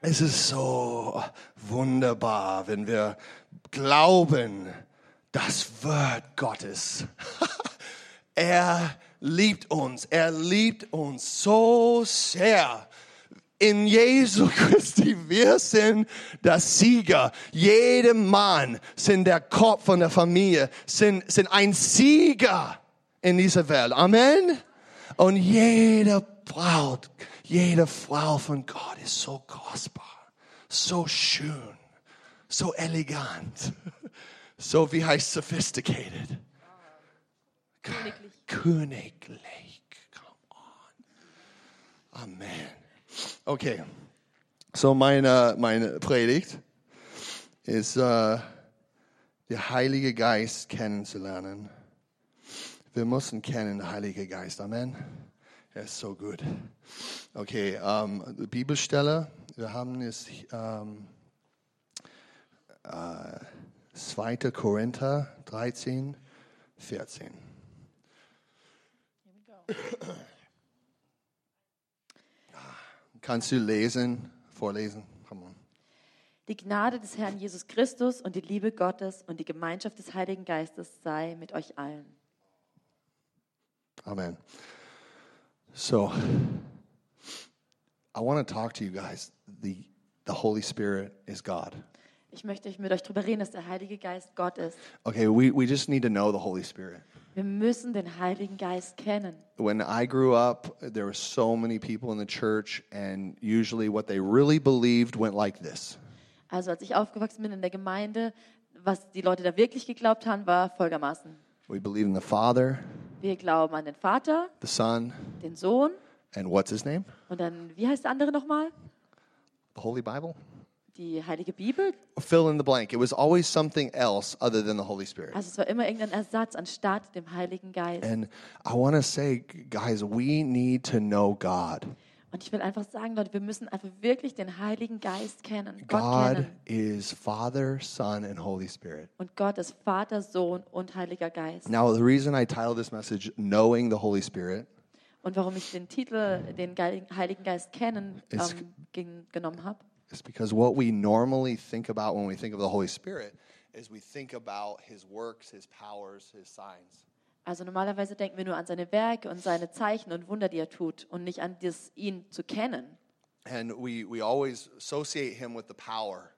Es ist so wunderbar, wenn wir glauben, das Wort Gottes. er liebt uns, er liebt uns so sehr. In Jesu Christi, wir sind der Sieger. Jeder Mann sind der Kopf von der Familie, sind, sind ein Sieger in dieser Welt. Amen. Und jede Braut, jede Frau von Gott ist so kostbar, so schön, so elegant, so wie heißt sophisticated. Königlich. Königlich. Come on. Amen. Okay. So meine, meine Predigt ist, äh, der Heilige Geist kennenzulernen. Wir müssen kennen den Heiligen Geist. Amen. Er ist so gut. Okay, ähm, Bibelstelle. Wir haben es ähm, äh, 2. Korinther 13, 14. Ah, Kannst du lesen, vorlesen? Come on. Die Gnade des Herrn Jesus Christus und die Liebe Gottes und die Gemeinschaft des Heiligen Geistes sei mit euch allen. Amen. So, I want to talk to you guys. The, the Holy Spirit is God. Ich möchte mit euch darüber reden, dass der Heilige Geist Gott ist. Okay, we, we just need to know the Holy Spirit. Wir müssen den Heiligen Geist kennen. When I grew up, there were so many people in the church, and usually what they really believed went like this Also als ich aufgewachsen bin in der Gemeinde, was die Leute da wirklich geglaubt haben, war folgermaßen. We believe in the Father, Wir glauben an den Vater, the Son, den Sohn and what's his name? und dann, wie heißt der andere nochmal? The Holy Bible? Die Heilige Bibel. Fill in the blank. It was always something else other than the Holy Spirit. Also es war immer irgendein Ersatz anstatt dem Heiligen Geist. And I want to say, guys, we need to know God. Und ich will einfach sagen, Leute, wir müssen einfach wirklich den Heiligen Geist kennen. Gott God kennen. is Father, Son, and Holy Spirit. Und Gott ist Vater, Sohn und Heiliger Geist. Now, the reason I titled this message Knowing the Holy Spirit Und warum ich den Titel, den Geil- Heiligen Geist kennen, Es- ähm, gen- genommen habe. is because what we normally think about when we think of the Holy Spirit is we think about his works, his powers, his signs. Also normalerweise denken wir nur an seine Werke und seine Zeichen und Wunder, die er tut und nicht an das, ihn zu kennen. And we, we always associate him with the power,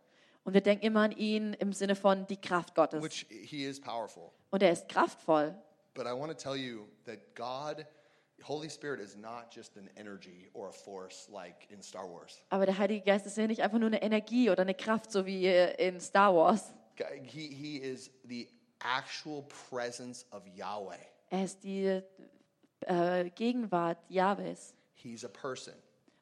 Und wir denken immer an ihn im Sinne von die Kraft Gottes. which he is powerful. und er ist kraftvoll. But I want to tell you that God, Holy Spirit, is not just an energy or a force like in Star Wars. Aber der Heilige Geist ist ja nicht einfach nur eine Energie oder eine Kraft, so wie äh, in Star Wars. G- He, he is the actual presence of Yahweh, Er ist die äh, Gegenwart Jahwes he's a person.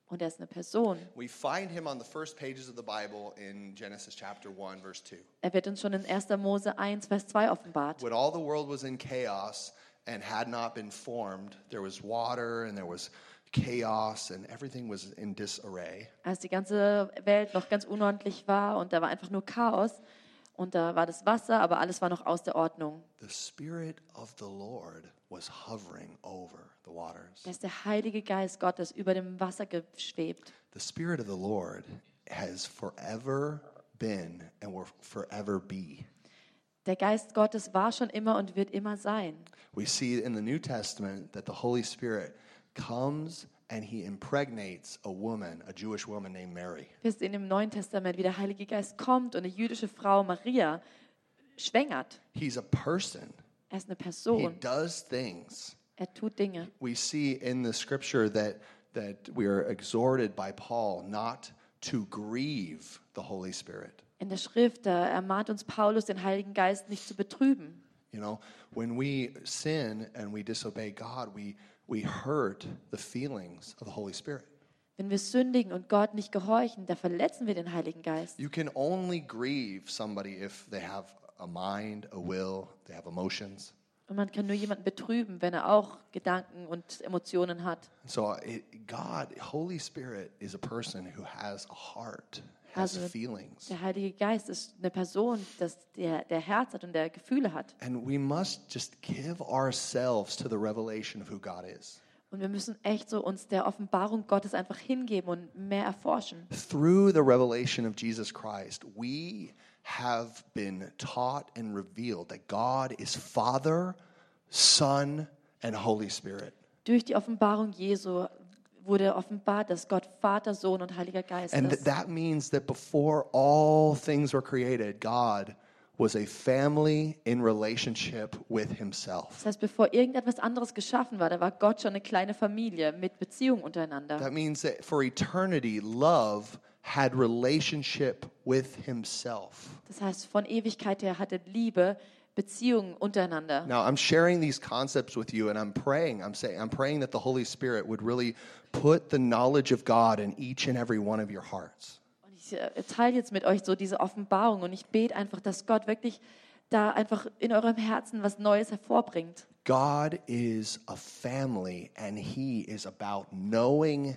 und er ist eine Person. We find him on the first pages of the Bible in Genesis chapter 1, verse 2. Er wird uns schon in 1. Mose 1, Vers 2 offenbart. When all the world was in chaos and had not been formed, there was water and there was chaos and everything was in disarray. Als die ganze Welt noch ganz unordentlich war und da war einfach nur Chaos und da war das Wasser, aber alles war noch aus der Ordnung. The Spirit of the Lord was hovering over the waters. Da ist der Heilige Geist Gottes über dem Wasser geschwebt. The Spirit of the Lord has forever been and will forever be. Der Geist Gottes war schon immer und wird immer sein. We see in the New Testament that the Holy Spirit comes and he impregnates a woman, a Jewish woman named Mary. Wir sehen im Neuen Testament, wie der Heilige Geist kommt und eine jüdische Frau Maria schwängert. He's a person, Er ist eine he Person. does things. Er tut Dinge. we see in the scripture that that we are exhorted by Paul not to grieve the Holy Spirit. In der Schrift, da ermahnt uns Paulus, den Heiligen Geist nicht zu betrüben. You know, when we sin and we disobey God, we we hurt the feelings of the Holy Spirit. Wenn wir sündigen und Gott nicht gehorchen, da verletzen wir den Heiligen Geist. You can only grieve somebody if they have a mind, a will, they have emotions. Und man kann nur jemanden betrüben, wenn er auch Gedanken und Emotionen hat. So uh, it, God, Holy Spirit is a person who has a heart, has Also- feelings. Der Heilige Geist ist eine Person, das der, der Herz hat und der Gefühle hat. And we must just give ourselves to the revelation of who God is. Und wir müssen echt so uns der Offenbarung Gottes einfach hingeben und mehr erforschen. Through the revelation of Jesus Christ, we have been taught and revealed that God is Father, Son, and Holy Spirit. Durch die Offenbarung Jesu wurde offenbart, dass Gott Vater, Sohn und Heiliger Geist And th- ist. that means that before all things were created, God was a family in relationship with himself. Das heißt, bevor irgendetwas anderes geschaffen war, da war Gott schon eine kleine Familie mit Beziehung untereinander. That means that for eternity, love had relationship with himself. Das heißt, von Ewigkeit her hatte Liebe Beziehungen untereinander. Now, I'm sharing these concepts with you and I'm praying. I'm saying I'm praying that the Holy Spirit would really put the knowledge of God in each and every one of your hearts. Und ich äh, teile jetzt mit euch so diese Offenbarung und ich bete einfach, dass Gott wirklich da einfach in eurem Herzen was Neues hervorbringt. God is a family and he is about knowing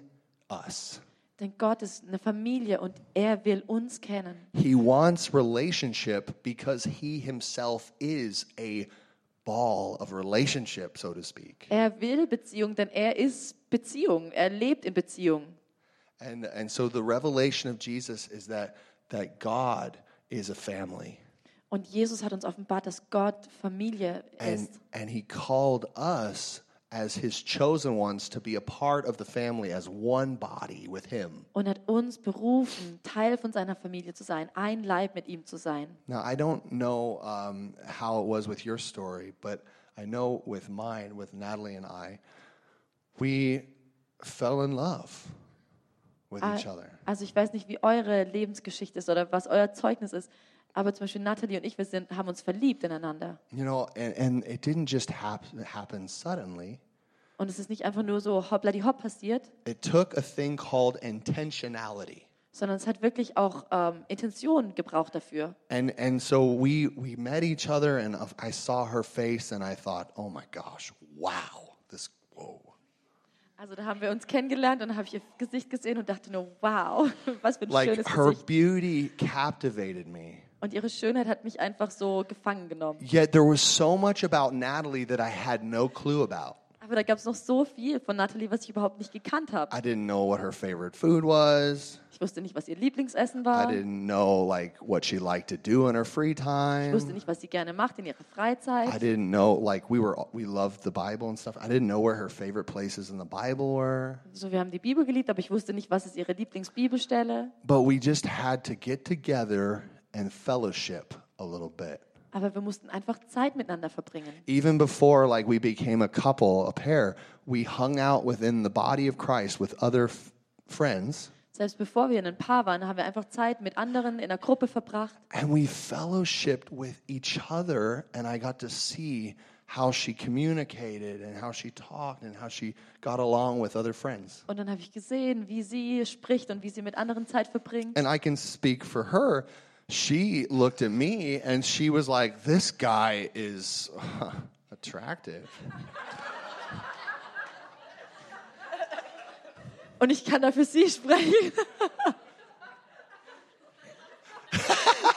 us. Denn Gott ist eine Familie und er will uns kennen. He wants relationship because he himself is a ball of relationship, so to speak. Er will Beziehung, denn er ist Beziehung. Er lebt in Beziehung. And and so the revelation of Jesus is that that God is a family. Und Jesus hat uns offenbart, dass Gott Familie And ist. and he called us as his chosen ones to be a part of the family as one body with him. Und hat uns berufen, Teil von seiner Familie zu sein, ein Leib mit ihm zu sein. Now, I don't know um, how it was with your story, but I know with mine, with Natalie and I, we fell in love with each other. Also ich weiß nicht, wie eure Lebensgeschichte ist oder was euer Zeugnis ist, aber zum Beispiel Natalie und ich, wir sind, haben uns verliebt ineinander. You know, and, and it didn't just hap- happen suddenly. Und es ist nicht einfach nur so hoppla die hopp passiert, It took a thing called intentionality. sondern es hat wirklich auch ähm, Intention gebraucht dafür. And, and so we, we met each other, and I saw her face, and I thought, oh my gosh, wow, this, whoa. Also da haben wir uns kennengelernt und dann habe ich ihr Gesicht gesehen und dachte nur, wow, was für ein Like, schönes her Gesicht. beauty captivated me. Und ihre Schönheit hat mich einfach so gefangen genommen. Yet there was so much about Natalie that I had no clue about. Aber da gab es noch so viel von Natalie, was ich überhaupt nicht gekannt habe. I didn't know what her favorite food was. Ich wusste nicht, was ihr Lieblingsessen I war. Ich didn't know like what she liked to do in her free wusste time. nicht, was sie gerne macht in ihrer I Freizeit. didn't know like we were we loved the Bible and stuff. I didn't know where her favorite places in the Bible were. So, wir haben die Bibel geliebt, aber ich wusste nicht, was ist ihre Lieblingsbibelstelle. But we just had to get together and fellowship a little bit. Aber wir mussten einfach Zeit miteinander verbringen. Even before like we became a couple, a pair, we hung out within the body of Christ with other f- friends. Selbst bevor wir in ein Paar waren, haben wir einfach Zeit mit anderen in der Gruppe verbracht. And we fellowshipped with each other, and I got to see how she communicated and how she talked and how she got along with other friends. Und dann habe ich gesehen, wie sie spricht und wie sie mit anderen Zeit verbringt. And I can speak for her. She looked at me and she was like, This guy is attractive. Und ich kann da für sie sprechen.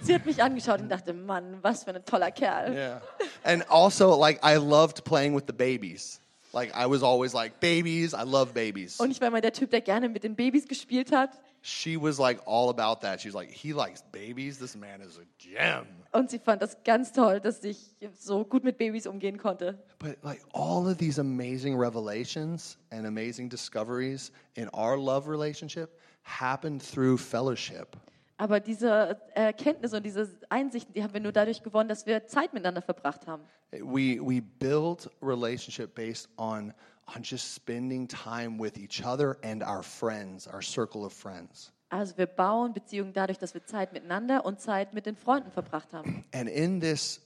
sie hat mich angeschaut und dachte, Mann, was für ein toller Kerl. Yeah. And also, like, I loved playing with the babies. Like, I was always like, Babies, I love babies. Und ich war immer der Typ, der gerne mit den Babys gespielt hat. She was like, all about that. She was like, He likes babies. This man is a gem. Und sie fand das ganz toll, dass ich so gut mit Babys umgehen konnte. But like all of these amazing revelations and amazing discoveries in our love relationship happened through fellowship. Aber diese äh, Erkenntnisse und diese Einsichten, die haben wir nur dadurch gewonnen, dass wir Zeit miteinander verbracht haben. We we built relationship based on on just spending time with each other and our friends, our circle of friends. Also wir bauen Beziehungen dadurch, dass wir Zeit miteinander und Zeit mit den Freunden verbracht haben. And in this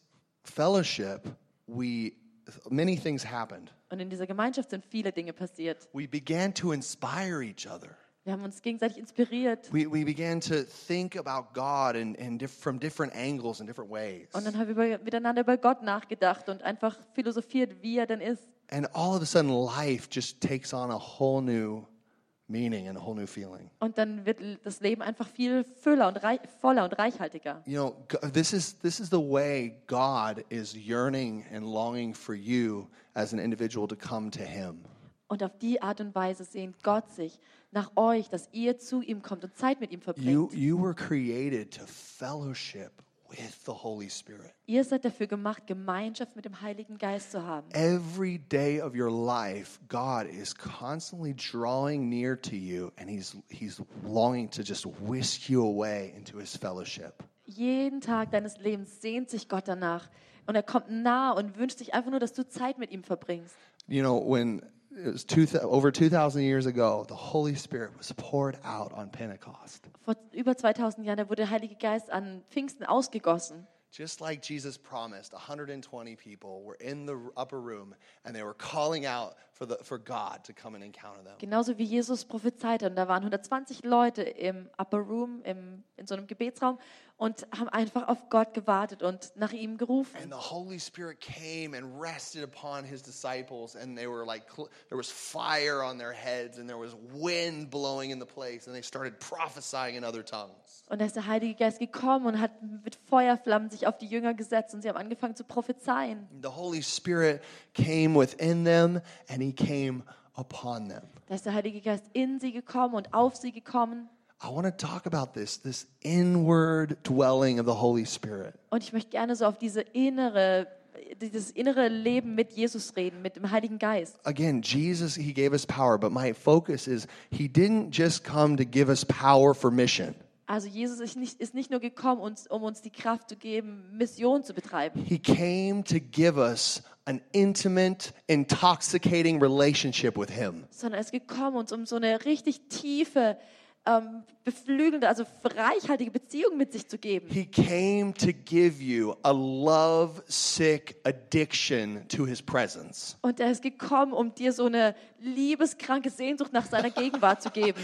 fellowship, we many things happened. Und in dieser Gemeinschaft sind viele Dinge passiert. We began to inspire each other. Wir haben uns gegenseitig inspiriert. We, we began to think about God and, and diff- from different angles and different ways. Und dann haben wir über, miteinander über Gott nachgedacht und einfach philosophiert, wie er denn ist. And all of a sudden, life just takes on a whole new meaning and a whole new feeling. Und dann wird das Leben einfach viel füller und reich, voller und reichhaltiger. You know, g- this is this is the way God is yearning and longing for you as an individual to come to him. Und auf die Art und Weise sehnt Gott sich nach euch, dass ihr zu ihm kommt und Zeit mit ihm verbringt. You you were created to fellowship with the Holy Spirit. Ihr seid dafür gemacht, Gemeinschaft mit dem Heiligen Geist zu haben. Every day of your life, God is constantly drawing near to you and he's he's longing to just whisk you away into his fellowship. Jeden Tag deines Lebens sehnt sich Gott danach. Und er kommt nah und wünscht sich einfach nur, dass du Zeit mit ihm verbringst. You know, when it was two, over 2,000 years ago, the Holy Spirit was poured out on Pentecost. Vor über 2000 Jahren da wurde der Heilige Geist an Pfingsten ausgegossen. Just like Jesus promised, 120 people were in the upper room and they were calling out for, the, for God to come and encounter them. Genauso wie Jesus prophezeit hat. Und da waren 120 Leute im Upper Room, im, in so einem Gebetsraum und haben einfach auf Gott gewartet und nach ihm gerufen. And the Holy Spirit came and rested upon his disciples, and they were like, cl- there was fire on their heads, and there was wind blowing in the place, and they started prophesying in other tongues. Und da ist der Heilige Geist gekommen und hat mit Feuerflammen sich auf die Jünger gesetzt und sie haben angefangen zu prophezeien. The Holy Spirit came within them, and he came upon them. Da ist der Heilige Geist in sie gekommen und auf sie gekommen. I want to talk about this this inward dwelling of the Holy Spirit. Und ich möchte gerne so auf diese innere, dieses innere Leben mit Jesus reden, mit dem Heiligen Geist. Again, Jesus, he gave us power, but my focus is he didn't just come to give us power for mission. Also Jesus ist nicht, ist nicht nur gekommen, uns, um uns die Kraft zu geben, Mission zu betreiben. He came to give us an intimate, intoxicating relationship with him. sondern er ist gekommen, uns um so eine richtig tiefe, ähm, beflügelnde, also reichhaltige Beziehung mit sich zu geben. He came to give you a love sick addiction to his presence. Und er ist gekommen, um dir so eine liebeskranke Sehnsucht nach seiner Gegenwart zu geben.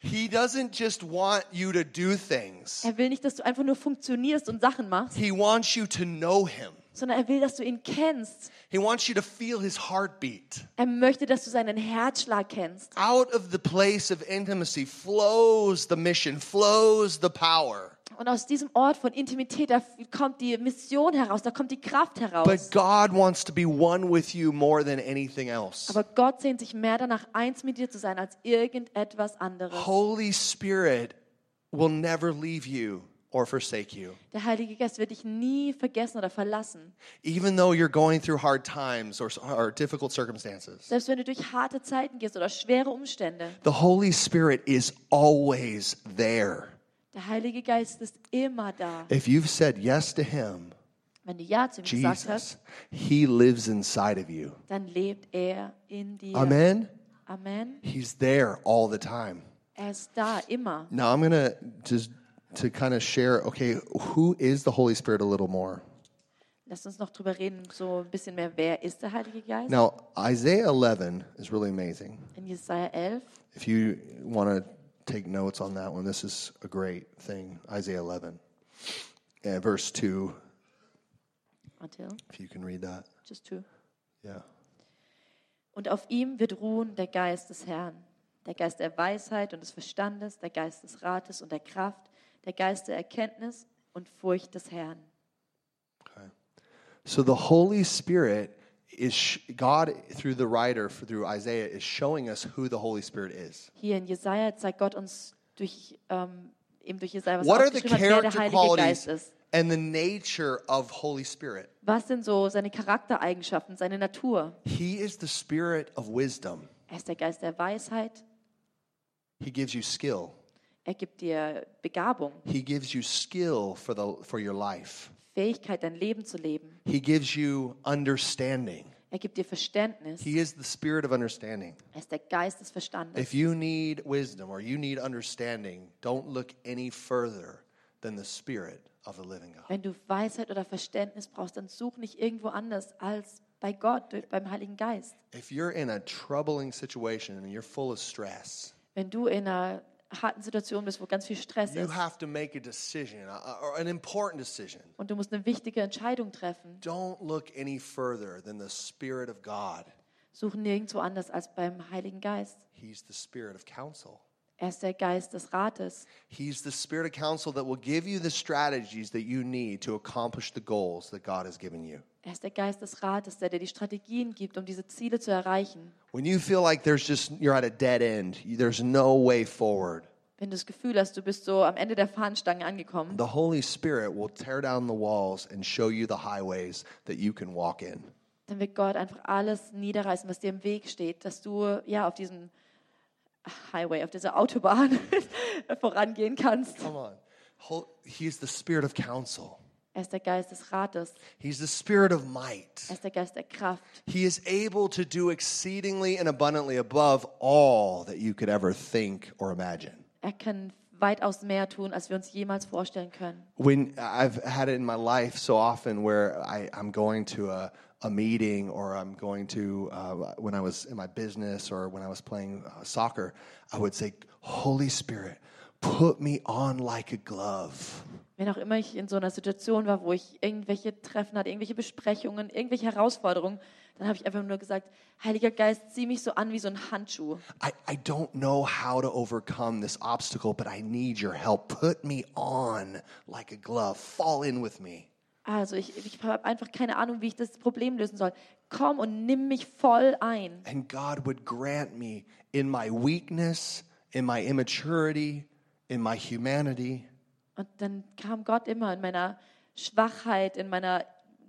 He doesn't just want you to do things. Er will nicht, dass du einfach nur funktionierst und Sachen machst, He wants you to know him. sondern er will, dass du ihn kennst. He wants you to feel his heartbeat. Er möchte, dass du seinen Herzschlag kennst. Out of the place of intimacy flows the mission, flows the power. Und aus diesem Ort von Intimität, da kommt die Mission heraus, da kommt die Kraft But heraus. God wants to be one with you more than anything else. Aber Gott sehnt sich mehr danach, eins mit dir zu sein, als irgendetwas anderes. Holy Spirit will never leave you or forsake you. Der Heilige Geist wird dich nie vergessen oder verlassen. Even though you're going through hard times or, or difficult circumstances, Selbst wenn du durch harte Zeiten gehst oder schwere Umstände, the Holy Spirit is always there. der Heilige Geist ist immer da. If you've said yes to Him, Wenn du Ja zu ihm gesagt hast, Jesus, He lives inside of you. dann lebt er in dir. Amen? Amen. He's there all the time. Er ist da immer. Now I'm going to just to kind of share okay, who is the Holy Spirit a little more? Lass uns noch drüber reden, so ein bisschen mehr. Wer ist der Heilige Geist? Now, Isaiah 11 is really amazing. In Jesaja 11. If you want to take notes on that one, this is a great thing. Isaiah 11, yeah, verse 2, Warte, if you can read that. just two. Yeah. Und auf ihm wird ruhen der Geist des Herrn, der Geist der Weisheit und des Verstandes, der Geist des Rates und der Kraft, der Geist der Erkenntnis und Furcht des Herrn. So the Holy Spirit is, sh- God, through the writer, f- through Isaiah, is showing us who the Holy Spirit is. Hier in Jesaja zeigt Gott uns durch, ähm, eben durch Jesaja, was What er are the aufgeschrieben hat, wer der character Heilige Geist qualities ist. and the nature of Holy Spirit? Was sind so seine Charaktereigenschaften, seine Natur? He is the spirit of wisdom. Er ist der Geist der Weisheit. He gives you skill. Er gibt dir Begabung, He gives you skill for, the, for your life. Fähigkeit, dein Leben zu leben. He gives you understanding. Er gibt dir Verständnis. He is the spirit of understanding. Er ist der Geist des Verstandes. If you need wisdom or you need understanding, don't look any further than the spirit of the living God. Wenn du Weisheit oder Verständnis brauchst, dann such nicht irgendwo anders als bei Gott, durch- beim Heiligen Geist. If you're in a troubling situation and you're full of stress, Wenn du in einer harten Situation bist, wo ganz viel Stress you ist have to make a decision, uh, or an important decision. und du musst eine wichtige Entscheidung treffen, Don't look any further than the spirit of God. Suchen nirgendwo anders als beim Heiligen Geist. He's the spirit of counsel. Er ist der Geist des Rates. He's the spirit of counsel that will give you the strategies that you need to accomplish the goals that God has given you. Er ist der Geist des Rates, der dir die Strategien gibt, um diese Ziele zu erreichen. When you feel like there's just, you're at a dead end, you- there's no way forward, Wenn du das Gefühl hast, du bist so am Ende der Fahnenstange angekommen, the Holy Spirit will tear down the walls and show you the highways that you can walk in. dann wird Gott einfach alles niederreißen, was dir im Weg steht, dass du ja auf diesem Highway, auf dieser Autobahn vorangehen kannst. Come on. Hol- He's the spirit of counsel, Er ist der Geist des Rates. He's the spirit of might. Er ist der Geist der Kraft. He is able to do exceedingly and abundantly above all that you could ever think or imagine. Er kann weitaus mehr tun, als wir uns jemals vorstellen können. When I've had it in my life so often where I, I'm going to a, a meeting or I'm going to, uh, when I was in my business or when I was playing uh, soccer, I would say, Holy Spirit, put me on like a glove. Wenn auch immer ich in so einer Situation war, wo ich irgendwelche Treffen hatte, irgendwelche Besprechungen, irgendwelche Herausforderungen, dann habe ich einfach nur gesagt, Heiliger Geist, zieh mich so an wie so ein Handschuh. I, I don't know how to overcome this obstacle, but I need your help. Put me on like a glove. Fall in with me. Also ich, ich habe einfach keine Ahnung, wie ich das Problem lösen soll. Komm und nimm mich voll ein. And God would grant me in my weakness, in my immaturity, in my humanity, Und dann kam Gott immer in meiner Schwachheit, in meiner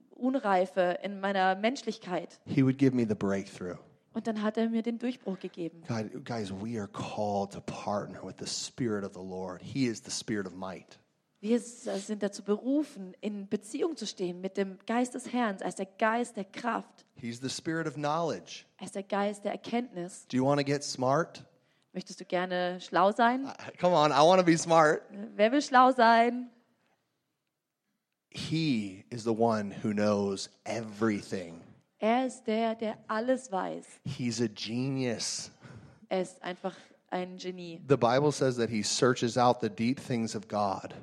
Unreife, in meiner Menschlichkeit. He would give me the breakthrough. Und dann hat er mir den Durchbruch gegeben. God, guys, we are called to partner with the Spirit of the Lord. He is the Spirit of might. Wir s- sind dazu berufen, in Beziehung zu stehen mit dem Geist des Herrn, als der Geist der Kraft, He's the Spirit of knowledge. als der Geist der Erkenntnis. Do you want to get smart? Möchtest du gerne schlau sein? Come on, I want to be smart. Wer will schlau sein? He is the one who knows everything. Er ist der, der alles weiß. He's a genius. Er ist einfach ein Genie. The Bible says that he searches out the deep things of God.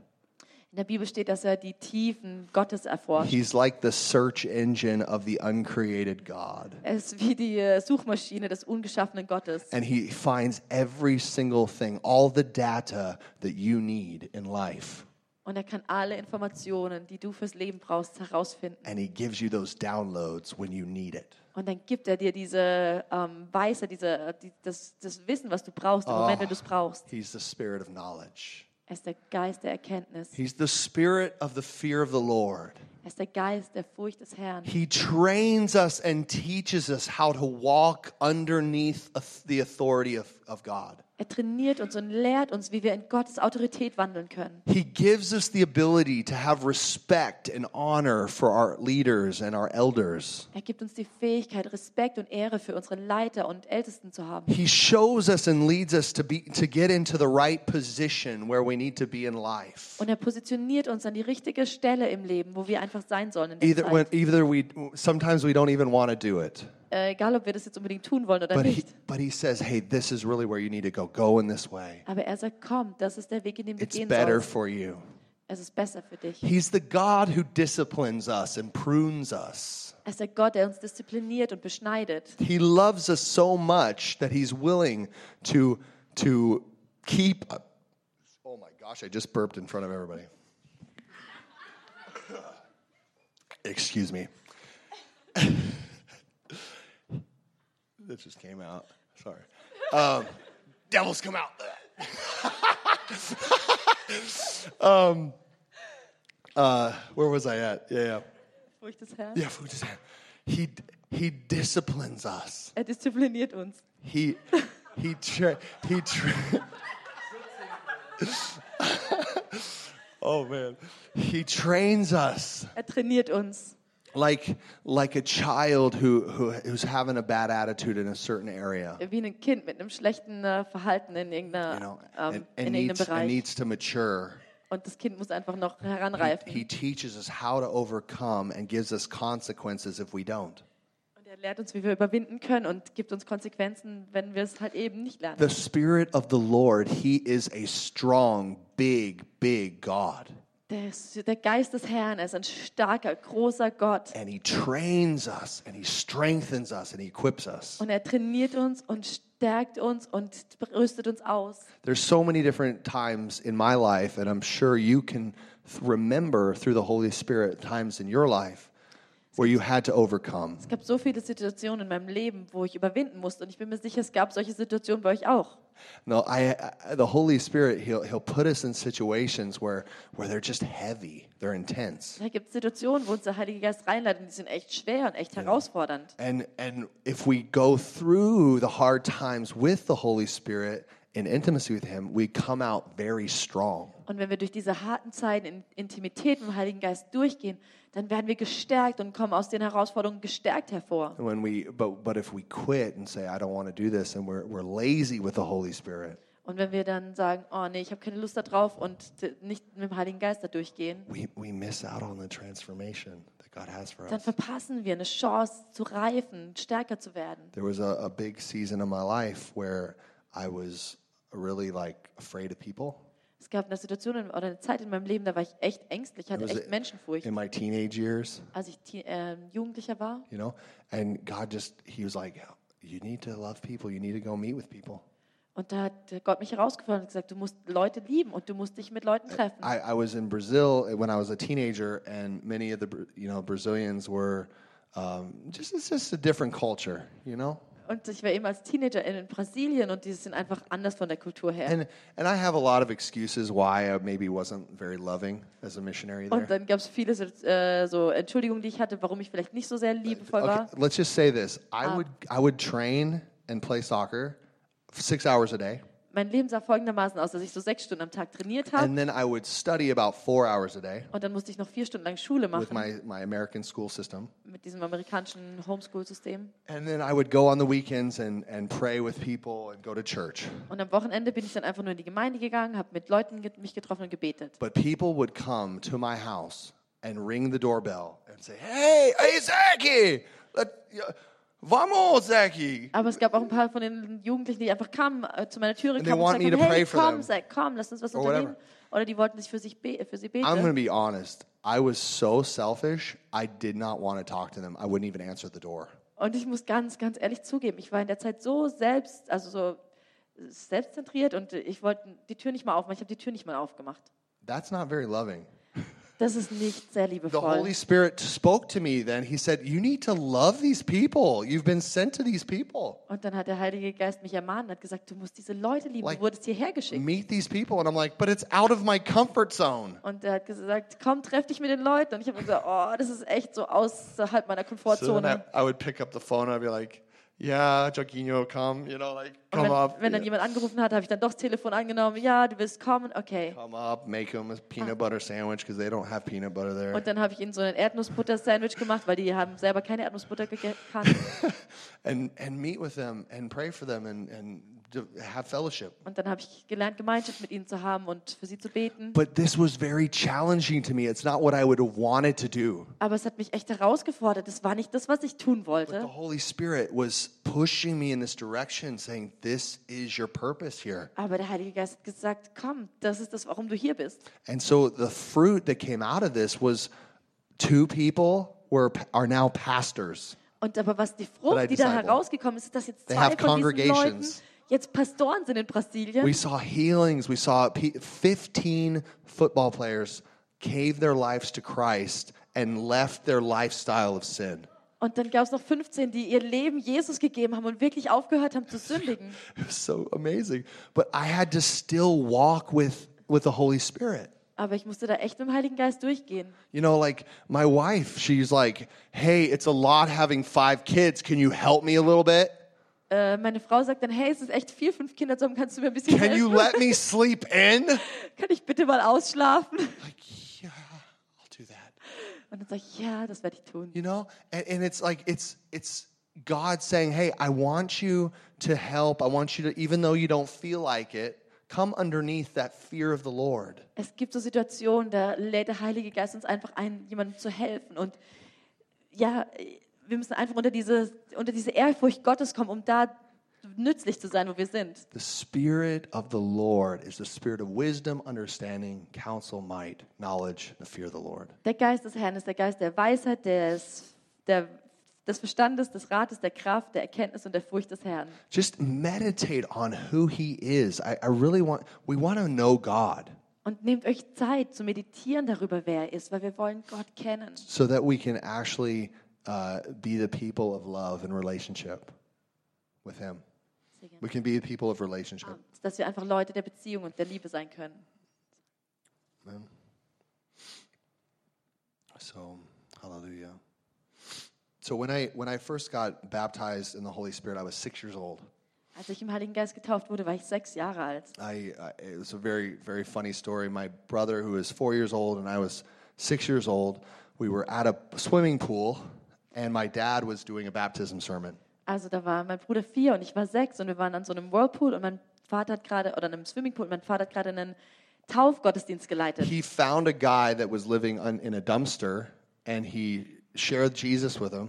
In der Bibel steht, dass er die Tiefen Gottes erforscht. He's like the search engine of the uncreated God. Er ist wie die äh, Suchmaschine des ungeschaffenen Gottes. And he finds every single thing, all the data that you need in life. Und er kann alle Informationen, die du fürs Leben brauchst, herausfinden. And he gives you those downloads when you need it. Und dann gibt er dir diese ähm, Weisheit, diese, die, das, das Wissen, was du brauchst, im Moment, wenn Ah. du es brauchst. He's the spirit of knowledge. Er ist der Geist der Erkenntnis. He's the spirit of the fear of the Lord. Er ist der Geist der Furcht des Herrn. He trains us and teaches us how to walk underneath of- the authority of, of God. Er trainiert uns und lehrt uns, wie wir in Gottes Autorität wandeln können. He gives us the ability to have respect and honor for our leaders and our elders. Er gibt uns die Fähigkeit, Respekt und Ehre für unsere Leiter und Ältesten zu haben. He shows us and leads us to be to get into the right position where we need to be in life. Und er positioniert uns an die richtige Stelle im Leben, wo wir einfach sein sollen. In der Either Zeit. when either we sometimes we don't even want to do it. äh, egal, ob wir das jetzt unbedingt tun wollen oder But he, nicht. but he says, "Hey, this is really where you need to go. Go in this way. Aber er sagt, komm, das ist der Weg, in den du It's gehen better sollst. for you." Es ist besser für dich. He's the God who disciplines us and prunes us. Er ist der Gott, der uns diszipliniert und beschneidet. He loves us so much that he's willing to to keep Oh my gosh, I just burped in front of everybody. Excuse me. that just came out. Sorry. Um, devils come out. um, Um, uh, where was I at? Yeah, yeah. Furcht des Herrn. Yeah, food is He he disciplines us. Er diszipliniert uns. He he tra- he tra- Oh man. He trains us Er trainiert uns. like like a child who, who who's having a bad attitude in a certain area. Wie ein Kind mit einem schlechten äh, Verhalten in, irgendeiner, You know, ähm, and, and in Genau. irgendeinem needs, and Bereich. needs to mature. und das Kind muss einfach noch He, heranreifen. he teaches us how to overcome and gives us consequences if we don't. und er lehrt uns, wie wir überwinden können und gibt uns Konsequenzen, wenn wir es halt eben nicht lernen. The Spirit of the Lord, He is a strong, big, big God. Der, ist- der Geist des Herrn er ist ein starker, großer Gott. and he trains us and he strengthens us and he equips us. Und er trainiert uns und stärkt uns und rüstet uns aus. There's so many different times in my life, and I'm sure you can th- remember through the Holy Spirit times in your life where you had to overcome. Es gab so viele Situationen in meinem Leben, wo ich überwinden musste. Und ich bin mir sicher, es gab solche Situationen bei euch auch. No, I, I the Holy Spirit he'll he'll put us in situations where where they're just heavy, they're intense. Da gibt es Situationen, wo uns der Heilige Geist reinleitet. Und die sind echt schwer und echt herausfordernd. And and if we go through the hard times with the Holy Spirit in intimacy with him, we come out very strong. Und wenn wir durch diese harten Zeiten in Intimität mit dem Heiligen Geist durchgehen, dann werden wir gestärkt und kommen aus den Herausforderungen gestärkt hervor. And When we but but if we quit and say I don't want to do this and we're we're lazy with the Holy Spirit, Und wenn wir dann sagen, oh nee, ich habe keine Lust darauf und d- nicht mit dem Heiligen Geist da durchgehen, we we miss out on the transformation that God has for dann us. verpassen wir eine Chance zu reifen, stärker zu werden. There was a, a big season in my life where I was really like afraid of people. Es gab eine Situation in, oder eine Zeit in meinem Leben, da war ich echt ängstlich, hatte It was echt a- Menschenfurcht, in my teenage years, als ich teen- ähm, Jugendlicher war. you know. And God just He was like, "You need to love people. You need to go meet with people." Und da hat Gott mich herausgefordert und gesagt, du musst Leute lieben und du musst dich mit Leuten treffen. I, I was in Brazil eh, when I was a teenager, and many of the Bra- you know Brazilians were um, just it's just a different culture, you know. Und ich war eben als Teenager in Brasilien und die sind einfach anders von der Kultur her. And and I have a lot of excuses why I maybe wasn't very loving as a missionary there. Und dann gab es viele so, äh, so Entschuldigungen, die ich hatte, warum ich vielleicht nicht so sehr liebevoll Okay, war. let's just say this: I would I would train and play soccer six hours a day, Mein Leben sah folgendermaßen aus, dass ich so sechs Stunden am Tag trainiert habe and then I would study about four hours a day. und dann musste ich noch vier Stunden lang Schule with machen my, my American school system. mit diesem amerikanischen Homeschool-System. And then I would go on the weekends and, and pray with people and go to church. Und am Wochenende bin ich dann einfach nur in die Gemeinde gegangen, habe mit Leuten ge mich getroffen und gebetet. But people would come to my house and ring the doorbell and say, Hey, hey, Zachy! Let- yeah, Vamos, Zachy! Aber es gab auch ein paar von den Jugendlichen, die einfach kamen äh, zu meiner Tür und they kamen want und me gesagt haben, to pray hey, for them. komm, Zack, komm, lass uns was Or unternehmen. whatever. Oder die wollten sich für, sich be für sie beten. I'm going to be honest. I was so selfish, I did not want to talk to them. I wouldn't even answer the door. Und ich muss ganz, ganz ehrlich zugeben, ich war in der Zeit so selbst, also so selbstzentriert und ich wollte die Tür nicht mal aufmachen. Ich habe die Tür nicht mal aufgemacht. That's not very loving. Das ist nicht sehr The liebevoll. Holy Spirit spoke to me then. He said, You need to love these people. You've been sent to these people. Und dann hat der Heilige Geist mich ermahnt und hat gesagt, du musst diese Leute lieben, Like- du wurdest hierher geschickt. meet these people and I'm like, but it's out of my comfort zone. Und er hat gesagt, komm, treff dich mit den Leuten. Und ich habe gesagt, oh, das ist echt so außerhalb meiner So then I, Komfortzone. I would pick up the phone and I'd be like, yeah, Jorginho, come, you know, like Und come wenn, up, wenn dann jemand angerufen hat, habe ich dann doch das Telefon angenommen. Ja, du willst kommen, okay. come up, make them a peanut butter sandwich because they don't have peanut butter there. Und dann habe ich ihnen so ein Erdnussbutter-Sandwich gemacht, weil die haben selber keine Erdnussbutter gekannt. And and meet with them and pray for them and and d- have fellowship. Und dann habe ich gelernt, Gemeinschaft mit ihnen zu haben und für sie zu beten. But this was very challenging to me. It's not what I would have wanted to do. Aber es hat mich echt herausgefordert. Das war nicht das, was ich tun The wollte. Holy Spirit was pushing me in this direction, saying, This is your purpose here. Aber der Heilige Geist hat gesagt, komm, das ist das, warum du hier bist. And so the fruit that came out of this was two people were are now pastors. Und aber was die But I Frucht, die da disciple. herausgekommen ist, ist, dass jetzt They zwei have von diesen Leuten congregations. jetzt Pastoren sind in Brasilien. We saw healings. We saw pe- 15 football players gave their lives to Christ and left their lifestyle of sin. Und dann gab es noch 15, die ihr Leben Jesus gegeben haben und wirklich aufgehört haben zu sündigen. It was so amazing. But I had to still walk with with the Holy Spirit. Aber ich musste da echt mit dem Heiligen Geist durchgehen. You know, like my wife, she's like, "Hey, it's a lot having 5 kids. Can you help me a little bit? Äh, meine Frau sagt dann, hey, es ist echt viel, fünf Kinder zu haben, kannst du mir ein bisschen Can you helfen? let me sleep in?" Kann ich bitte mal ausschlafen? Like, yeah, I'll do that. Und dann sage ich, ja, das werde ich tun. You know? And, and it's like it's it's God saying, Hey, I want you to help. I want you to, even though you don't feel like it, come underneath that fear of the Lord. Es gibt so Situationen, da lädt der Heilige Geist uns einfach ein, jemandem zu helfen. Und ja, wir müssen einfach unter diese, unter diese Ehrfurcht Gottes kommen, um da nützlich zu sein, wo wir sind. The Spirit of the Lord is the spirit of wisdom, understanding, counsel, might, knowledge, and the fear of the Lord. Der Geist des Herrn ist der Geist der Weisheit, des, der, des Verstandes, des Rates, der Kraft, der Erkenntnis und der Furcht des Herrn. Just meditate on who He is. I, I really want, we want to know God Und nehmt euch Zeit zu meditieren darüber, wer er ist, weil wir wollen Gott kennen, so that we can actually uh, be the people of love and relationship with Him. We can be the people of relationship. dass wir einfach Leute der Beziehung und der Liebe sein können. Amen. So, hallelujah. So when I when I first got baptized in the Holy Spirit, I was six years old. Als ich im Heiligen Geist getauft wurde, war ich sechs Jahre alt. I, I it was a very very funny story. My brother, who is four years old, and I was six years old. We were at a swimming pool, and my dad was doing a baptism sermon. Also da war mein Bruder vier und ich war sechs und wir waren an so einem Whirlpool und mein Vater hat gerade, oder einem Swimmingpool, und mein Vater hat gerade einen Taufgottesdienst geleitet. He found a guy that was living on, in a dumpster, and he shared Jesus with him,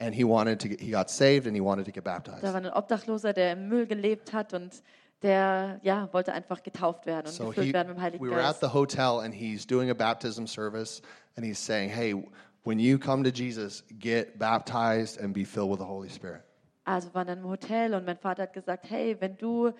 and he wanted to get, he got saved and he wanted to get baptized. Da war ein Obdachloser, der im Müll gelebt hat und der ja, wollte einfach getauft werden und So gefüllt he, werden mit dem Heiligen we were at Geist. the hotel, and he's doing a baptism service, and he's saying, "Hey, when you come to Jesus, get baptized and be filled with the Holy Spirit." Also wir waren dann im Hotel und mein Vater hat gesagt, hey, wenn du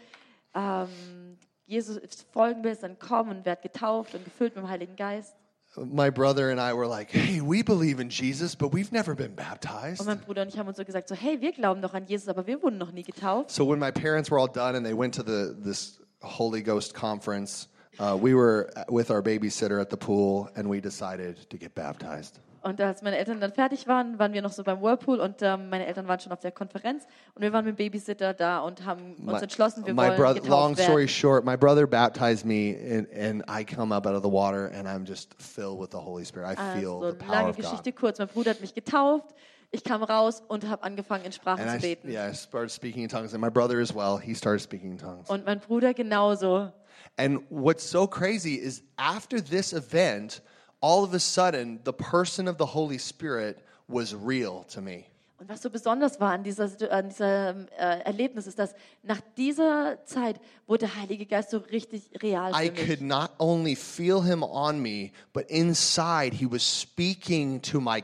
ähm, Jesus folgen willst, dann komm und werd getauft und gefüllt mit dem Heiligen Geist. My brother and I were like, "Hey, we believe in Jesus, but we've never been baptized." Und mein Bruder und ich haben uns so gesagt, so hey, wir glauben doch an Jesus, aber wir wurden noch nie getauft. So when my parents were all done and they went to the this Holy Ghost conference, uh, we were with our babysitter at the pool, and we decided to get baptized. Und als meine Eltern dann fertig waren, waren wir noch so beim Whirlpool und ähm, meine Eltern waren schon auf der Konferenz und wir waren mit dem Babysitter da und haben uns entschlossen, wir my wollen brother, getauft long werden. story short, my brother baptized me, and, and I come up out of the water, and I'm just filled with the Holy Spirit. I feel Also the power Ah, lange of God. Geschichte kurz. Mein Bruder hat mich getauft. Ich kam raus und habe angefangen in Sprachen And zu I, beten. yeah, I started speaking in tongues, and my brother as well. He started speaking in tongues. Und mein Bruder genauso. And what's so crazy is after this event, all of a sudden, the person of the Holy Spirit was real to me. Und was so besonders war an dieser, Situ- an dieser äh, Erlebnis ist, dass nach dieser Zeit wurde der Heilige Geist so richtig real I für could mich. not only feel him on me, but inside he was speaking to my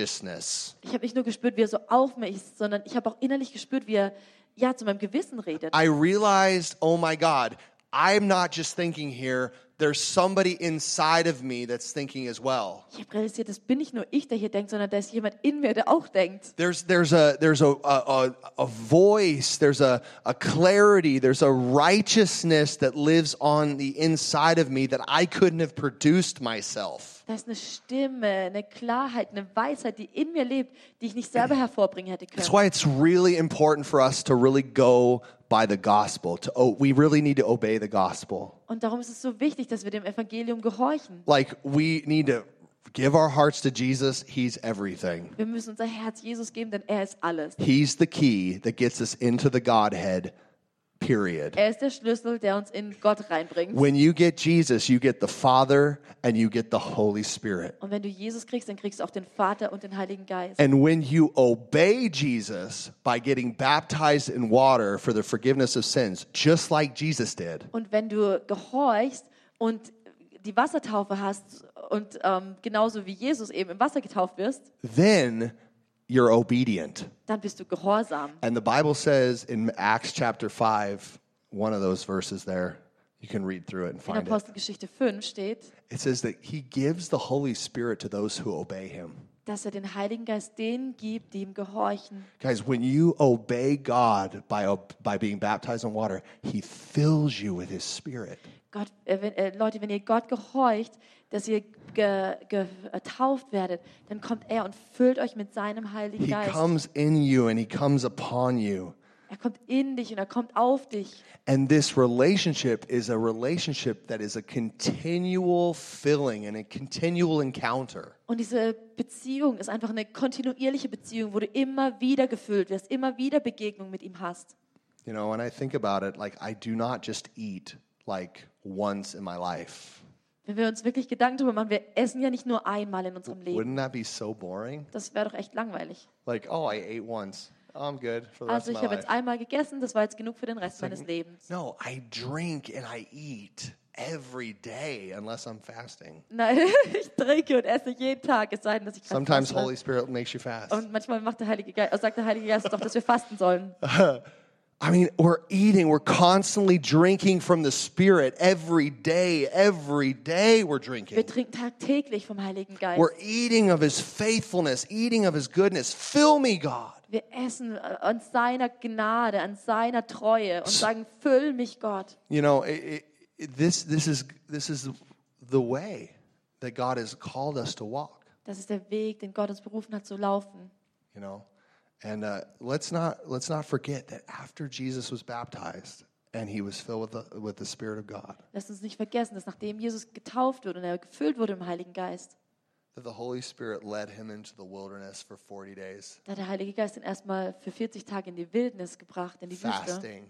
consciousness. Ich habe nicht nur gespürt, wie er so auf mich ist, sondern ich habe auch innerlich gespürt, wie er ja zu meinem Gewissen redet. I realized, oh my God, I'm not just thinking here. There's somebody inside of me that's thinking as well. Ich habe realisiert, das bin nicht nur ich, der hier denkt, sondern da ist jemand in mir, der auch denkt. There's, there's, a, there's a, a, a, a voice, there's a, a clarity, there's a righteousness that lives on the inside of me that I couldn't have produced myself. Da ist eine Stimme, eine Klarheit, eine Weisheit, die in mir lebt, die ich nicht selber hervorbringen hätte können. That's why it's really important for us to really go by the gospel. To, oh, we really need to obey the gospel. Und darum ist es so wichtig, dass wir dem Evangelium gehorchen. Like, we need to give our hearts to Jesus, He's everything. Wir müssen unser Herz Jesus geben, denn er ist alles. He's the key that gets us into the Godhead, period. Er ist der Schlüssel, der uns in Gott reinbringt. When you get Jesus, you get the Father and you get the Holy Spirit. Und wenn du Jesus kriegst, dann kriegst du auch den Vater und den Heiligen Geist. And when you obey Jesus by getting baptized in water for the forgiveness of sins, just like Jesus did, Und wenn du gehorchst und die Wassertaufe hast und ähm, genauso wie Jesus eben im Wasser getauft wirst, then you're obedient. dann bist du gehorsam. And the Bible says in Acts chapter 5, one of those verses there, you can read through it and In find it. Apostelgeschichte 5 steht, It says that he gives the Holy Spirit to those who obey him. dass er den Heiligen Geist denen gibt, die ihm gehorchen. Guys, when you obey God by, ob- by being baptized in water, He fills you with His Spirit. Gott, äh, wenn, äh, Leute, wenn ihr Gott gehorcht, dass ihr ge, ge, getauft werdet, dann kommt er und füllt euch mit seinem Heiligen He Geist. comes in you and He comes upon you. Er kommt in dich und er kommt auf dich. And this relationship is a relationship that is a continual filling and a continual encounter. Und diese Beziehung ist einfach eine kontinuierliche Beziehung, wo du immer wieder gefüllt wirst, immer wieder Begegnung mit ihm hast. You know, when I think about it, like I do not just eat like once in my life. Wenn wir uns wirklich Gedanken darüber machen, wir essen ja nicht nur einmal in unserem Leben. Wouldn't that be so boring? Das wäre doch echt langweilig. Like, oh, I ate once. I'm good for the rest Also of ich my habe life. jetzt einmal gegessen, das war jetzt genug für den Rest meines Lebens. No, I drink and I eat every day unless I'm fasting. Nein, ich trinke und esse jeden Tag, es sei denn, dass ich gerade Sometimes faste. Holy Spirit makes you fast. Und manchmal macht der Heilige Geist, also sagt der Heilige Geist doch, dass wir fasten sollen. I mean, we're eating, we're constantly drinking from the Spirit every day, every day we're Wir drinking. trinken tagtäglich vom Heiligen Geist. We're eating of His faithfulness, eating of His goodness. Fill me, God. Wir essen äh, an seiner Gnade, an seiner Treue und sagen, füll mich Gott. You know, it, it, it- this, this, is, this is the way that God has called us to walk, Das ist der Weg, den Gott uns berufen hat zu laufen. you know? And uh, let's, not, let's not forget that after Jesus was baptized and he was filled with the, with the Spirit of God, Lass uns nicht vergessen, dass nachdem Jesus getauft wurde und er gefüllt wurde im Heiligen Geist, that the Holy Spirit led him into the wilderness for 40 days, da hat der Heilige Geist ihn erstmal für 40 Tage in die Wildnis gebracht, in die Wüste, fasting,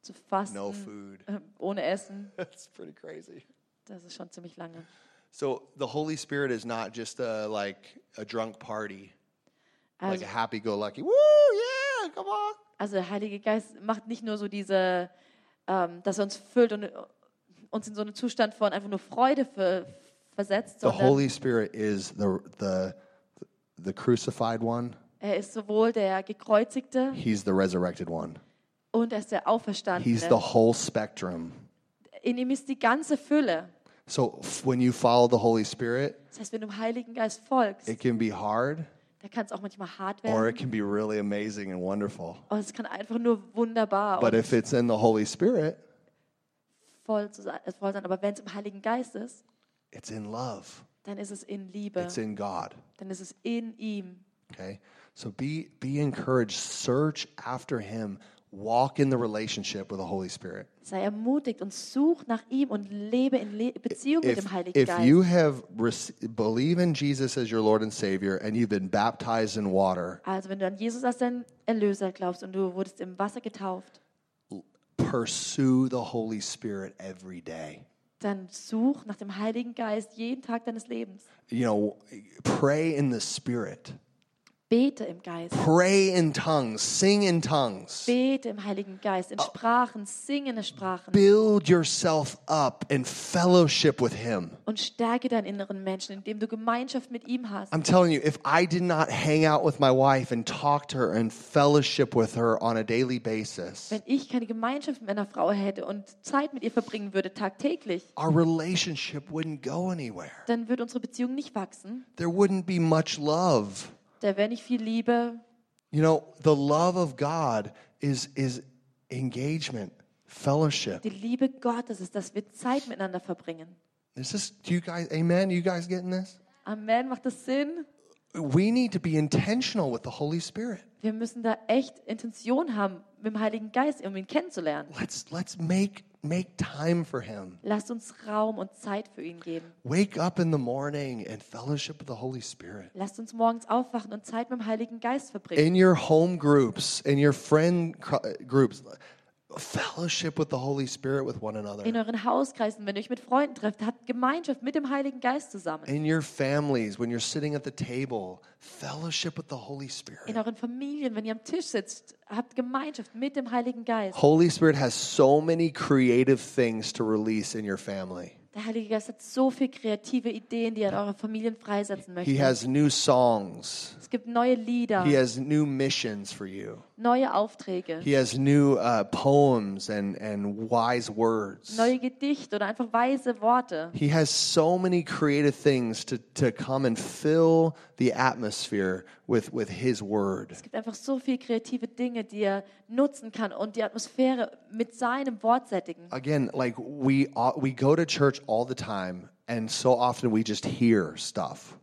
zu fasten, no food. äh, ohne Essen. That's pretty crazy. Das ist schon ziemlich lange. So the Holy Spirit is not just a like a drunk party, like Also, a happy-go-lucky. Woo, yeah, come on. also der Heilige Geist macht nicht nur so diese, ähm, dass er uns füllt und äh, uns in so einen Zustand von einfach nur Freude ver- versetzt, The sondern Holy Spirit is the the the crucified one. Er ist sowohl der Gekreuzigte He's the resurrected one. und er ist der He's the Auferstandene. whole spectrum. In ihm ist die ganze Fülle. So f- when you follow the Holy Spirit, Das heißt, wenn du dem Heiligen Geist folgst, it can be hard da kann es auch manchmal hart or it werden. can be really amazing and wonderful. Aber es kann einfach nur wunderbar But und if it's in the Holy Spirit, voll, zu sein, äh, voll sein. Aber wenn es im Heiligen Geist ist, it's in love. dann ist es in Liebe. It's in God. Dann ist es in ihm. Okay? So be be encouraged, search after him, walk in the relationship with the Holy Spirit. Sei ermutigt und such nach ihm und lebe in Le Beziehung mit If, dem Heiligen if Geist. you have rec- believe in Jesus as your Lord and Savior and you've been baptized in water, also wenn du an Jesus als deinen Erlöser glaubst und du wurdest im Wasser getauft, pursue the Holy Spirit every day. dann such nach dem Heiligen Geist jeden Tag deines Lebens. You know, pray in the Spirit. Bete im Geist. Pray in tongues, sing in tongues. Bete im Heiligen Geist, in Sprachen, singende Sprachen. Build yourself up in fellowship with him. Und stärke deinen inneren Menschen, indem du Gemeinschaft mit ihm hast. I'm telling you, if I did not hang out with my wife and talk to her and fellowship with her on a daily basis, Wenn ich keine Gemeinschaft mit meiner Frau hätte und Zeit mit ihr verbringen würde, tagtäglich, our relationship wouldn't go anywhere. dann würde unsere Beziehung nicht wachsen. There wouldn't be much love. Da wäre nicht viel Liebe. You know, the love of God is is engagement, fellowship. Die Liebe Gottes ist, dass wir Zeit miteinander verbringen. Is this do you guys amen? You guys getting this? Amen, macht das Sinn? We need to be intentional with the Holy Spirit. Wir müssen da echt Intention haben, mit dem Heiligen Geist, um ihn kennenzulernen. Let's let's make make time for him. Lasst uns Raum und Zeit für ihn geben. Wake up in the morning and fellowship with the Holy Spirit. Lasst uns morgens aufwachen und Zeit mit dem Heiligen Geist verbringen. in your home groups, in your friend cr- groups, fellowship with the Holy Spirit with one in another. euren Hauskreisen, wenn ihr euch mit Freunden trefft, habt Gemeinschaft mit dem Heiligen Geist zusammen. In your families, when you're sitting at the table, fellowship with the Holy In Spirit. euren Familien, wenn ihr am Tisch sitzt, habt Gemeinschaft mit dem Heiligen Geist. Holy Spirit has so many creative things to release in your family. Der Heilige Geist hat so viel kreative Ideen, die er in euren Familien He freisetzen möchte. has new songs. Es gibt neue Lieder, He has new missions for you. neue Aufträge, He has new uh, poems and, and wise words. neue Gedichte oder einfach weise Worte. He has so many creative things to, to come and fill the atmosphere with, with His Word. Es gibt einfach so viel kreative Dinge, die er nutzen kann und die Atmosphäre mit seinem Wort sättigen. Again, like we, all- we go to church all the time, and so often we just hear stuff.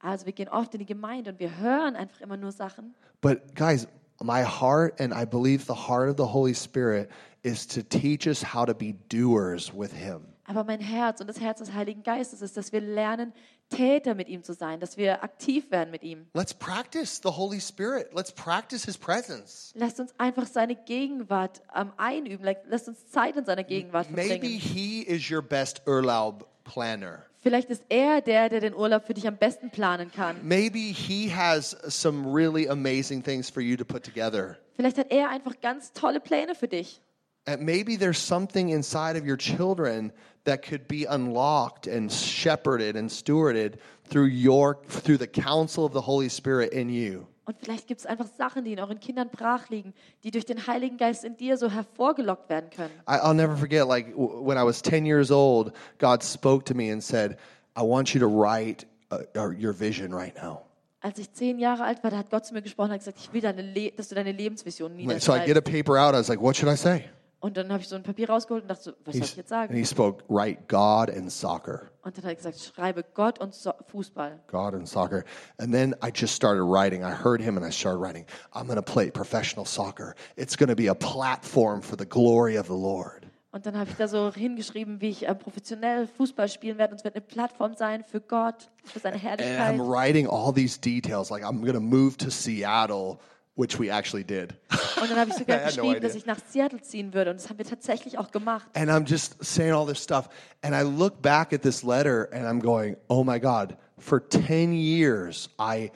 Also wir gehen oft in die Gemeinde und wir hören einfach immer nur Sachen. But guys, my heart, and I believe the heart of the Holy Spirit, is to teach us how to be doers with Him. Aber mein Herz und das Herz des Heiligen Geistes ist, dass wir lernen, Täter mit ihm zu sein, dass wir aktiv werden mit ihm. Let's practice the Holy Spirit, let's practice His presence. Lasst uns einfach seine Gegenwart ähm, einüben. Lasst uns Zeit in seiner Gegenwart Maybe verbringen. He is your best Urlaub planner. Vielleicht ist er der, der den Urlaub für dich am besten planen kann. Maybe he has some really amazing things for you to put together. Vielleicht hat er einfach ganz tolle Pläne für dich. And maybe there's something inside of your children that could be unlocked and shepherded and stewarded through your through the counsel of the Holy Spirit in you. Und vielleicht gibt es einfach Sachen, die in euren Kindern brach liegen, die durch den Heiligen Geist in dir so hervorgelockt werden können. I, I'll never forget, like w- when I was 10 years old, God spoke to me and said, I want you to write uh, uh, your vision right now. Als ich zehn Jahre alt war, da hat Gott zu mir gesprochen und hat gesagt, ich will, deine Le dass du deine Lebensvision And so I get niederschreibst. a paper out. I was like, what should I say? Und dann habe ich so ein Papier rausgeholt und dachte, so, was soll ich jetzt and sagen? he spoke, write God and soccer. Und dann hat er gesagt, schreibe Gott und so Fußball. God and soccer. And then I just started writing. I heard him and I started writing. I'm going to play professional soccer. It's going to be a platform for the glory of the Lord. Und dann habe ich da so hingeschrieben, wie ich äh, professionell Fußball spielen werde. Und es wird eine Plattform sein für Gott, für seine And Äh, I'm Herrlichkeit. writing all these details. Like, I'm going to move to Seattle, which we actually did. Und dann habe ich I sogar had no geschrieben, dass idea. ich nach Seattle ziehen würde. Und das haben wir tatsächlich auch gemacht. And I'm just saying all this stuff. And I look back at this letter and I'm going, oh my God, for 10 years, I,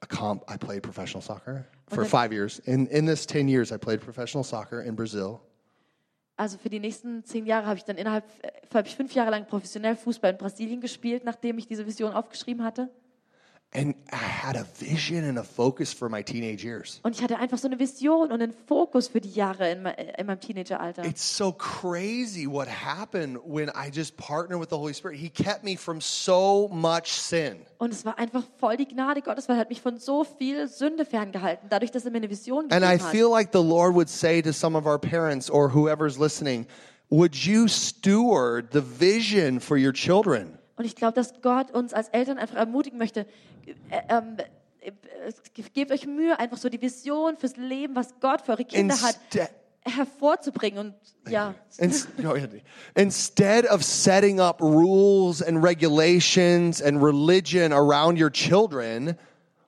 accom- I played professional soccer for then- five years. In, in this 10 years, I played professional soccer in Brazil. Also für die nächsten zehn Jahre habe ich dann innerhalb äh, habe ich fünf Jahre lang professionell Fußball in Brasilien gespielt, nachdem ich diese Vision aufgeschrieben hatte. And I had a vision and a focus for my teenage years. Und ich hatte einfach so eine Vision und einen Fokus für die Jahre in, me in meinem Teenageralter. It's so crazy what happened when I just partnered with the Holy Spirit. He kept me from so much sin. Und es war einfach voll die Gnade Gottes, weil er hat mich von so viel Sünde ferngehalten, dadurch, dass er mir eine Vision gegeben And I hat. feel like the Lord would say to some of our parents or whoever's listening, would you steward the vision for your children? Und ich glaube, dass Gott uns als Eltern einfach ermutigen möchte, äh, ähm, äh, ge- gebt euch Mühe, einfach so die Vision fürs Leben, was Gott für eure Kinder hat, Inste- hervorzubringen. Und ja, ins- go ahead. Instead of setting up rules and regulations and religion around your children,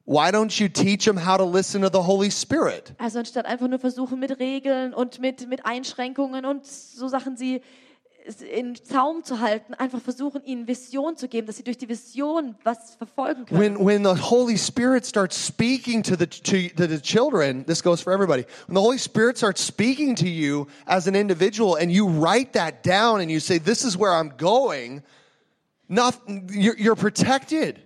why don't you teach them how to listen to the Holy Spirit? also anstatt einfach nur versuchen mit Regeln und mit, mit Einschränkungen und so Sachen sie in Zaum zu halten, einfach versuchen, ihnen Vision zu geben, dass sie durch die Vision was verfolgen können. When, when the Holy Spirit starts speaking to the, to, to the children, this goes for everybody. When the Holy Spirit starts speaking to you as an individual and you write that down and you say, This is where I'm going, not, you're, you're protected.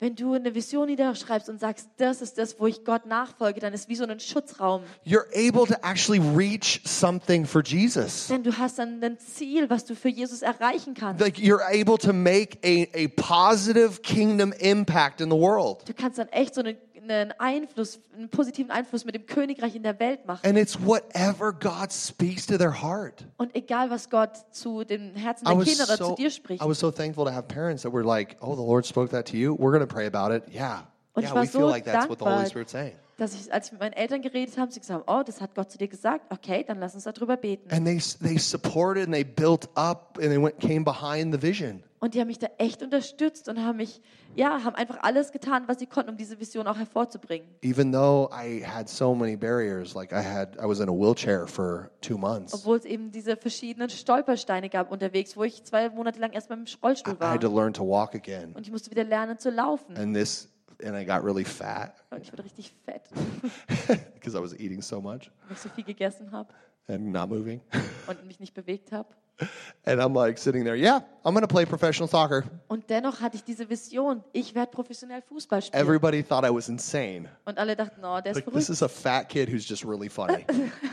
Wenn du eine Vision niederschreibst und sagst, das ist das, wo ich Gott nachfolge, dann ist wie so ein Schutzraum. You're able to actually reach something for Jesus. Denn du hast dann ein Ziel, was du für Jesus erreichen kannst. Like you're able to make a, a positive kingdom impact in the world. Du kannst dann echt so einen, einen Einfluss, einen positiven Einfluss mit dem Königreich in der Welt machen. And it's whatever God speaks to their heart. Und egal, was Gott zu den Herzen I der was, Kinder oder zu so, dir spricht. I was so thankful to have parents that were like, oh, the Lord spoke that to you. We're going to pray about it. Yeah. Und ich yeah, war we feel so like that's what the Holy dankbar. Spirit's saying. Dass ich, als ich mit meinen Eltern geredet habe, sie gesagt haben, oh, das hat Gott zu dir gesagt. Okay, dann lass uns darüber beten. And they, they supported and they built up and they went, came behind the vision. Und die haben mich da echt unterstützt und haben mich, ja, haben einfach alles getan, was sie konnten, um diese Vision auch hervorzubringen. Even though I had so many barriers, like I had, I was in a wheelchair for two months. Obwohl es eben diese verschiedenen Stolpersteine gab unterwegs, wo ich zwei Monate lang erstmal im Rollstuhl I war. had to learn to walk again. Und ich musste wieder lernen zu laufen. And this, and I got really fat Und ich wurde richtig fett, because I was eating so much weil ich so viel gegessen habe and not moving. und mich nicht bewegt habe. and I'm like sitting there, yeah, I'm going to play professional soccer. Und dennoch hatte ich diese Vision, ich werde professionell Fußball spielen. Everybody thought I was insane. und alle dachten, oh, der ist Like, this verrückt, is a fat kid who's just really funny.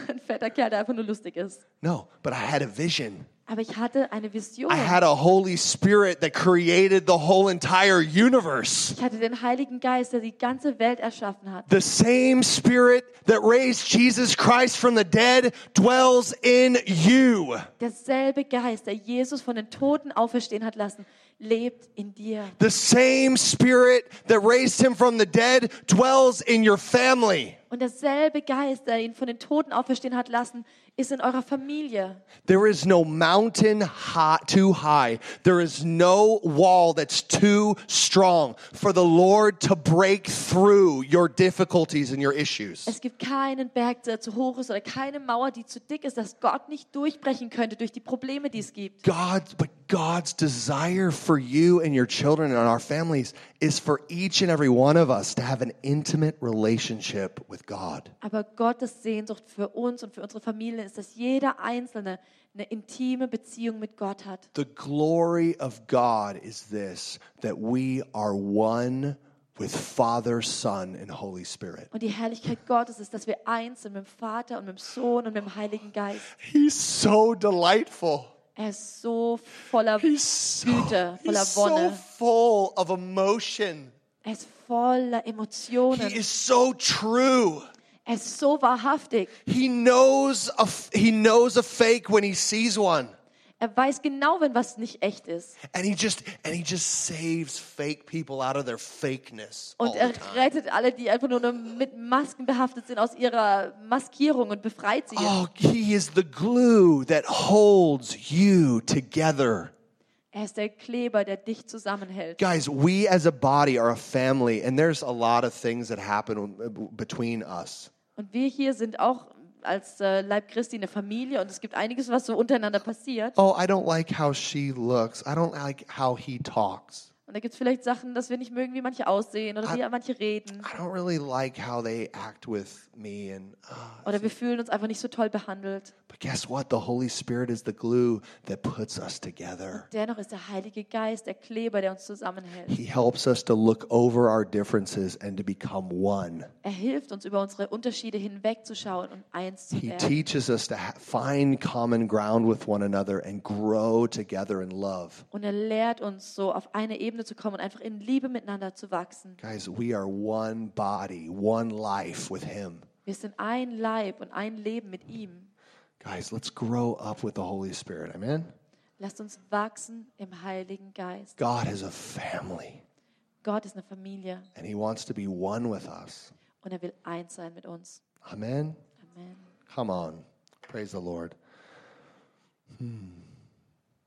ein fetter Kerl, der einfach nur lustig ist. no, but I had a vision. Aber ich hatte eine Vision. I had a Holy Spirit that created the whole entire universe. Ich hatte den Heiligen Geist, der die ganze Welt erschaffen hat. The same Spirit that raised Jesus Christ from the dead dwells in you. Derselbe Geist, der Jesus von den Toten auferstehen hat lassen, lebt in dir. The same Spirit that raised him from the dead dwells in your family. Und derselbe Geist, der ihn von den Toten auferstehen hat lassen, ist in eurer Familie. There is no mountain high, too high. There is no wall that's too strong for the Lord to break through your difficulties and your issues. Es gibt keinen Berg, der zu hoch ist oder keine Mauer, die zu dick ist, dass Gott nicht durchbrechen könnte durch die Probleme, die es gibt. God, but God's desire for you and your children and our families is for each and every one of us to have an intimate relationship with God. Aber Gottes Sehnsucht für uns und für unsere Familie ist, dass jeder Einzelne eine intime Beziehung mit Gott hat. The glory of God is this that we are one with Father, Son, and Holy Spirit. Und die Herrlichkeit Gottes ist, dass wir eins sind mit dem Vater und mit dem Sohn und mit dem Heiligen Geist. He's so delightful. Er ist so voller He's so, Güte, voller he's so Wonne. full of emotion. Er ist voller He Emotionen. is so true. Er ist so wahrhaftig. He knows a f- he knows a fake when he sees one. Er weiß genau, wenn was nicht echt ist. And he just and he just saves fake people out of their fakeness. all Und the er time. rettet alle, die einfach nur noch mit Masken behaftet sind, aus ihrer Maskierung und befreit sie. Oh, he is the glue that holds you together. Er ist der Kleber, der dich zusammenhält. Guys, we as a body are a family, and there's a lot of things that happen w- between us. Und wir hier sind auch als äh, Leib Christi eine Familie und es gibt einiges, was so untereinander passiert. Oh, I don't like how she looks. I don't like how he talks. Und da gibt es vielleicht Sachen, dass wir nicht mögen, wie manche aussehen Ah. oder wie manche reden. I don't really like how they act with me. And uh, Oder wir fühlen uns einfach nicht so toll behandelt. but guess what? The Holy Spirit is the glue that puts us together. Dennoch ist der Heilige Geist der Kleber, der uns zusammenhält. He helps us to look over our differences and to become one. Er hilft uns, über unsere Unterschiede hinwegzuschauen und eins zu He werden. teaches us to ha- find common ground with one another and grow together in love. Und er lehrt uns, so auf eine Ebene zu kommen und einfach in Liebe miteinander zu wachsen. Guys, we are one body, one life with Him. Wir sind ein Leib und ein Leben mit ihm. Guys, let's grow up with the Holy Spirit. Amen? Lasst uns wachsen im Heiligen Geist. God is a family, Gott ist eine Familie and He wants to be one with us. und er will eins sein mit uns. Amen? Amen. Come on. Praise the Lord. Hmm.